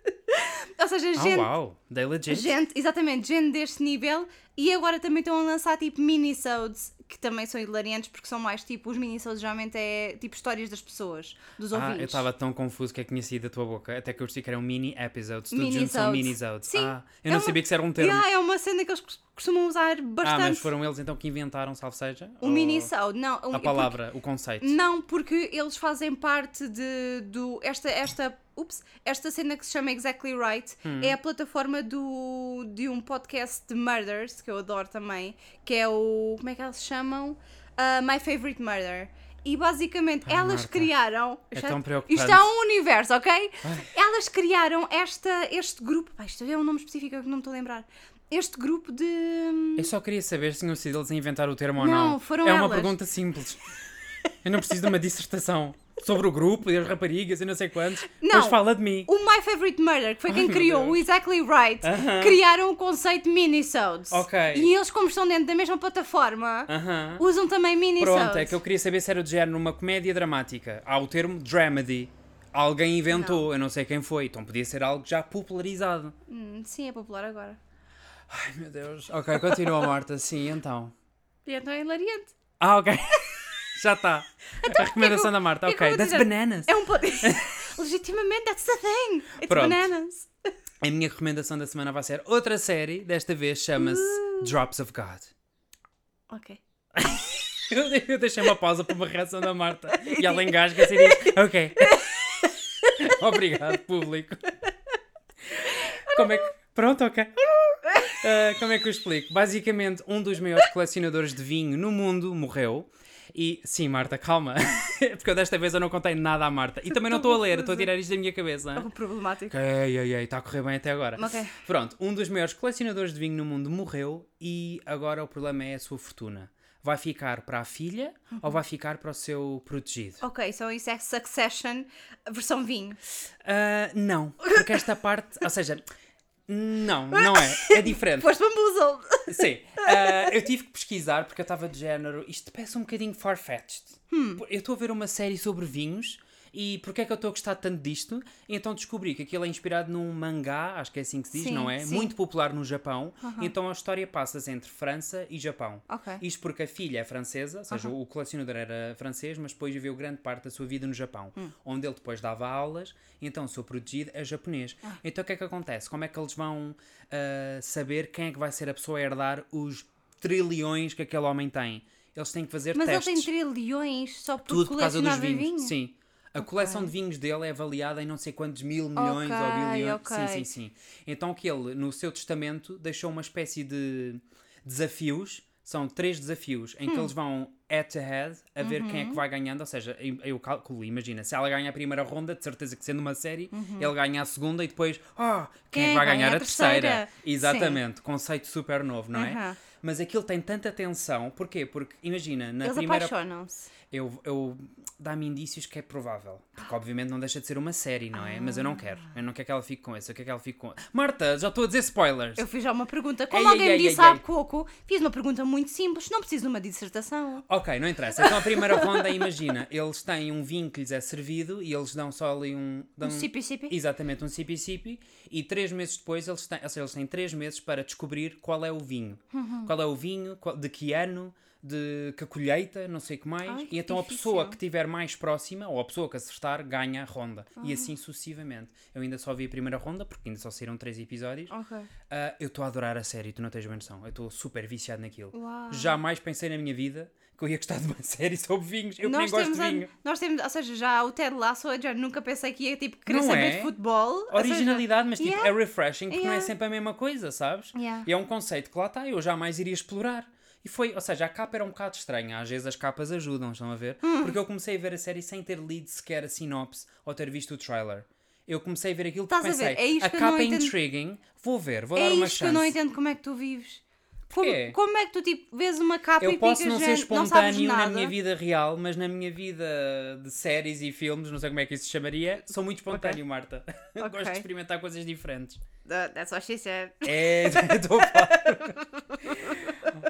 ou seja,
oh
gente,
wow. They legit.
Gente, exatamente, gente deste nível. E agora também estão a lançar tipo minisodes, que também são hilariantes, porque são mais tipo, os minisodes geralmente é tipo histórias das pessoas, dos
Ah, eu
ouvintes.
estava tão confuso que é que tinha saído da tua boca. Até que eu percebi que eram mini episodes. Tudo junto são
Minisodes.
minisodes.
Sim,
Ah,
é
eu não
uma-
sabia que isso era um termo.
Yeah, é uma cena que eles cos- costumam usar
ah,
bastante.
mas foram eles então que inventaram, salve seja?
O minisode, não. um-
A
porque-
palavra, o conceito.
Não, porque eles fazem parte de do esta esta ups, esta cena que se chama Exactly Right
Hum.
é a plataforma do de um podcast de murders que eu adoro também, que é o como é que elas se chamam? Ah, My Favorite Murder. E basicamente
Ai,
elas
Marta,
criaram.
é
Isto
tão preocupante.
Isto é um universo, ok? Elas criaram esta, este grupo. Pá, isto é um nome específico que não me estou a lembrar. Este grupo de. hum,
Eu só queria saber se tinham sido eles a inventar o termo ou não.
Não, foram
É uma
elas.
pergunta simples. Eu não preciso de uma dissertação sobre o grupo e as raparigas e não sei quantos.
Não.
Mas fala de mim.
O My Favorite Murder, que foi quem
meu
criou
Deus.
o Exactly Right,
Aham.
criaram o conceito minisodes.
Ok.
E eles, como estão dentro da mesma plataforma,
Aham.
usam também minisodes.
Pronto, é que eu queria saber se era de género numa comédia dramática. Há o termo dramedy. Alguém inventou, eu não sei quem foi. Então podia ser algo já popularizado.
Hum, Sim, é popular agora.
Ai meu Deus. Ok, continua, Marta. Sim, então.
E então é hilariante.
Ah, ok. já está.
Então,
A recomendação da Marta.
que é que eu vou
Ok, that's
dizer?
bananas.
É um pod... Legitimamente, that's the thing. It's
Pronto.
bananas.
A minha recomendação da semana vai ser outra série. Desta vez chama-se
Uh.
Drops of God.
Ok.
Eu, eu deixei uma pausa para uma reação da Marta e ela engasga-se e diz: Ok. Obrigado, público. Como é que. Pronto, ok. Ah, como é que eu explico? Basicamente, um dos maiores colecionadores de vinho no mundo morreu. E sim, Marta, calma. Porque eu desta vez eu não contei nada à Marta. E também não estou a ler, estou a tirar isto da minha cabeça.
Algo É um problemático.
Ei, ei, ei, está a correr bem até agora.
Ok.
Pronto, um dos maiores colecionadores de vinho no mundo morreu e agora o problema é a sua fortuna. Vai ficar para a filha ou vai ficar para o seu protegido?
Ok, então isso é Succession, versão vinho.
Ah, não, porque esta parte, ou seja, não, não é, é diferente.
Foste bamboozled.
Sim, ah, eu tive que pesquisar porque eu estava de género, isto parece um bocadinho far-fetched.
Hum.
Eu estou a ver uma série sobre vinhos e porque é que eu estou a gostar tanto disto? E Então descobri que aquilo é inspirado num mangá, acho que é assim que se diz,
Sim,
não é?
sim.
Muito popular no Japão. Então a história passa-se entre França e Japão.
Ok.
Isto porque a filha é francesa, ou seja, o colecionador era francês, mas depois viveu grande parte da sua vida no Japão,
Hum.
onde ele depois dava aulas, e então o seu protegido é japonês.
Ah.
Então o que é que acontece? Como é que eles vão ah, saber quem é que vai ser a pessoa a herdar os trilhões que aquele homem tem? Eles têm que fazer
Mas
testes.
ele tem trilhões só por
Tudo por causa dos
colecionar
vinhos.
vinho?
Sim. A coleção de vinhos dele é avaliada em não sei quantos mil milhões ou
Ok,
bilhões. Sim,
ok.
sim, sim. Então que ele, no seu testamento, deixou uma espécie de desafios. São três desafios em que eles vão head to head a ver quem é que vai ganhando. Ou seja, eu- eu calculo, imagina, se ela ganha a primeira ronda, de certeza que sendo uma série, ele ganha a segunda e depois, ah, quem, é que vai ganhar a terceira?
terceira? Sim.
Exatamente, conceito super novo, não é?
Aham.
Mas aquilo tem tanta tensão. Porquê? Porque, imagina, na
Eles
primeira
apaixonam-se.
eu, eu dá-me indícios que é provável. Porque obviamente não deixa de ser uma série, não é? Mas eu não quero. Eu não quero que ela fique com esse, eu quero que ela fique com. Marta, já estou a dizer spoilers!
Eu fiz já uma pergunta. Como
Ei,
alguém
ei,
me
ei,
disse
ei,
há
ei.
pouco, fiz uma pergunta muito simples, não preciso de uma dissertação.
Ok, não interessa. Então a primeira ronda, imagina, eles têm um vinho que lhes é servido e eles dão só ali um. Dão
Um sipi-sipi?
Exatamente, um cipi-cipi. E três meses depois eles têm, ou seja, eles têm três meses para descobrir qual é o vinho.
Uhum.
Qual é o vinho, qual- de que ano, de que colheita, não sei o que mais.
Ai, que
e então
difícil.
a pessoa que estiver mais próxima, ou a pessoa que acertar, ganha a ronda. E assim sucessivamente. Eu ainda só vi a primeira ronda, porque ainda só saíram três episódios.
Ok.
Ah, eu estou a adorar a série, tu não tens bem noção. Eu estou super viciado naquilo.
Uau.
Jamais pensei na minha vida que eu ia gostar de uma série sobre vinhos. Eu que nem
Nós
gosto
temos,
de
a-
vinho.
nós temos, ou seja, já o Ted Lasso, eu já nunca pensei que ia tipo, querer
Não
saber
é?
de futebol. ou seja-
Originalidade, mas tipo,
yeah.
é refreshing porque não é
Yeah.
sempre a mesma coisa, sabes?
Yeah.
E é um conceito que lá está, eu jamais iria explorar. E foi, ou seja, a capa era um bocado estranha, às vezes as capas ajudam, estão a ver?
Hum.
Porque eu comecei a ver a série sem ter lido sequer a sinopse ou ter visto o trailer. Eu comecei a ver aquilo porque
Estás a
pensei,
ver? É isto que eu não
capa é
entendo."
intriguing, vou ver, vou
é
dar uma
isto que eu não
chance.
entendo como é que tu vives. Como,
Porquê?
como é que tu tipo, vês uma capa e
Eu posso
ficas
não ser
género, não sabes
espontâneo na
nada?
minha vida real, mas na minha vida de séries e filmes, não sei como é que isso se chamaria, sou muito espontâneo, Marta. Gosto
Ok.
de experimentar coisas diferentes.
Uh, that's what she said.
É, estou a falar.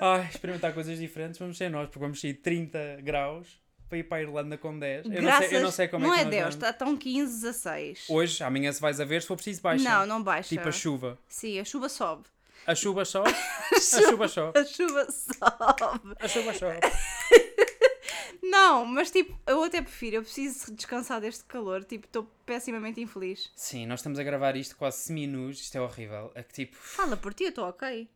Ai, experimentar coisas diferentes, vamos ser nós, porque vamos sair 30 graus para ir para a Irlanda com 10. Eu, não,
Graças,
sei, eu não sei como é que nós
Deus,
vamos.
está tão 15, 16.
Hoje, amanhã se vais a ver, se for preciso baixa.
Não, não baixa.
Tipo a chuva.
Sim, a chuva sobe.
A chuva só, a chuva só,
A chuva sobe.
a chuva só.
Não, mas tipo, eu até prefiro, eu preciso descansar deste calor, tipo, estou pessimamente infeliz.
Sim, nós estamos a gravar isto quase semi-nus, isto é horrível. É que tipo,
Fala por ti, eu estou ok.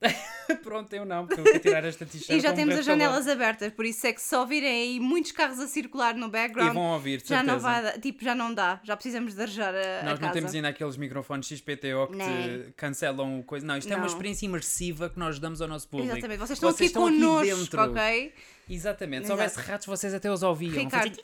Pronto, eu não, porque eu vou tirar esta t-shirt.
E já
vou
temos
morrer
as
de calor.
janelas abertas, por isso é que se só virem aí muitos carros a circular no
E
background,
vão ouvir, de
já não vai,
certeza.
dar- tipo, já não dá, já precisamos de arejar a, a
Nós não
casa.
temos ainda aqueles microfones XPTO que
Nem.
te cancelam o coisa. Não, isto é
Não.
uma experiência imersiva que nós damos ao nosso público.
Exatamente, vocês estão aqui
aqui
connosco,
dentro.
ok?
Exatamente. Se
Exato.
houvesse ratos, vocês até os ouviam.
Ricardo,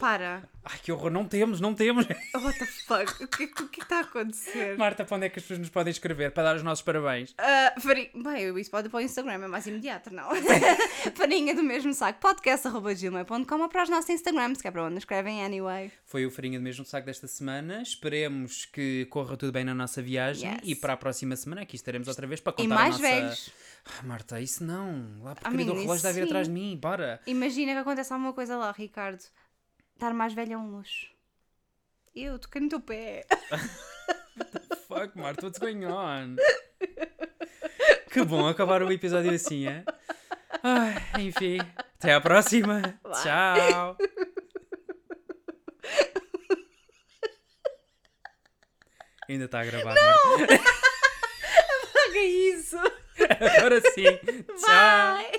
para.
Ai, que horror, não temos, não temos.
What the fuck? O que o que está a acontecer?
Marta, para onde é que as pessoas nos podem escrever para dar os nossos parabéns?
Ah, farinha... Bem, isso pode ir para o Instagram, é mais imediato, não? farinha do mesmo saco, podcast.gmail.com ou para os nossos Instagrams, que é para onde nos escrevem anyway.
Foi o Farinha do Mesmo Saco desta semana. Esperemos que corra tudo bem na nossa viagem.
Yes.
E para a próxima semana aqui estaremos outra vez para contar
E
a
mais
nossa...
velhos.
Ah, Marta, isso não. Lá porque
Ah, menina,
o relógio
isso
está a vir atrás
sim.
de mim. Bora.
Imagina que acontece alguma coisa lá, Ricardo. Estar mais velho é um luxo. Eu toquei no teu pé.
Fuck, Marta, what's going on? Que bom acabar o episódio assim, é? Ai, enfim, até à próxima.
Vá.
Tchau. Ainda tá né? está a gravar, Marta.
Paga isso!
Agora sim. Tchau.
Bye!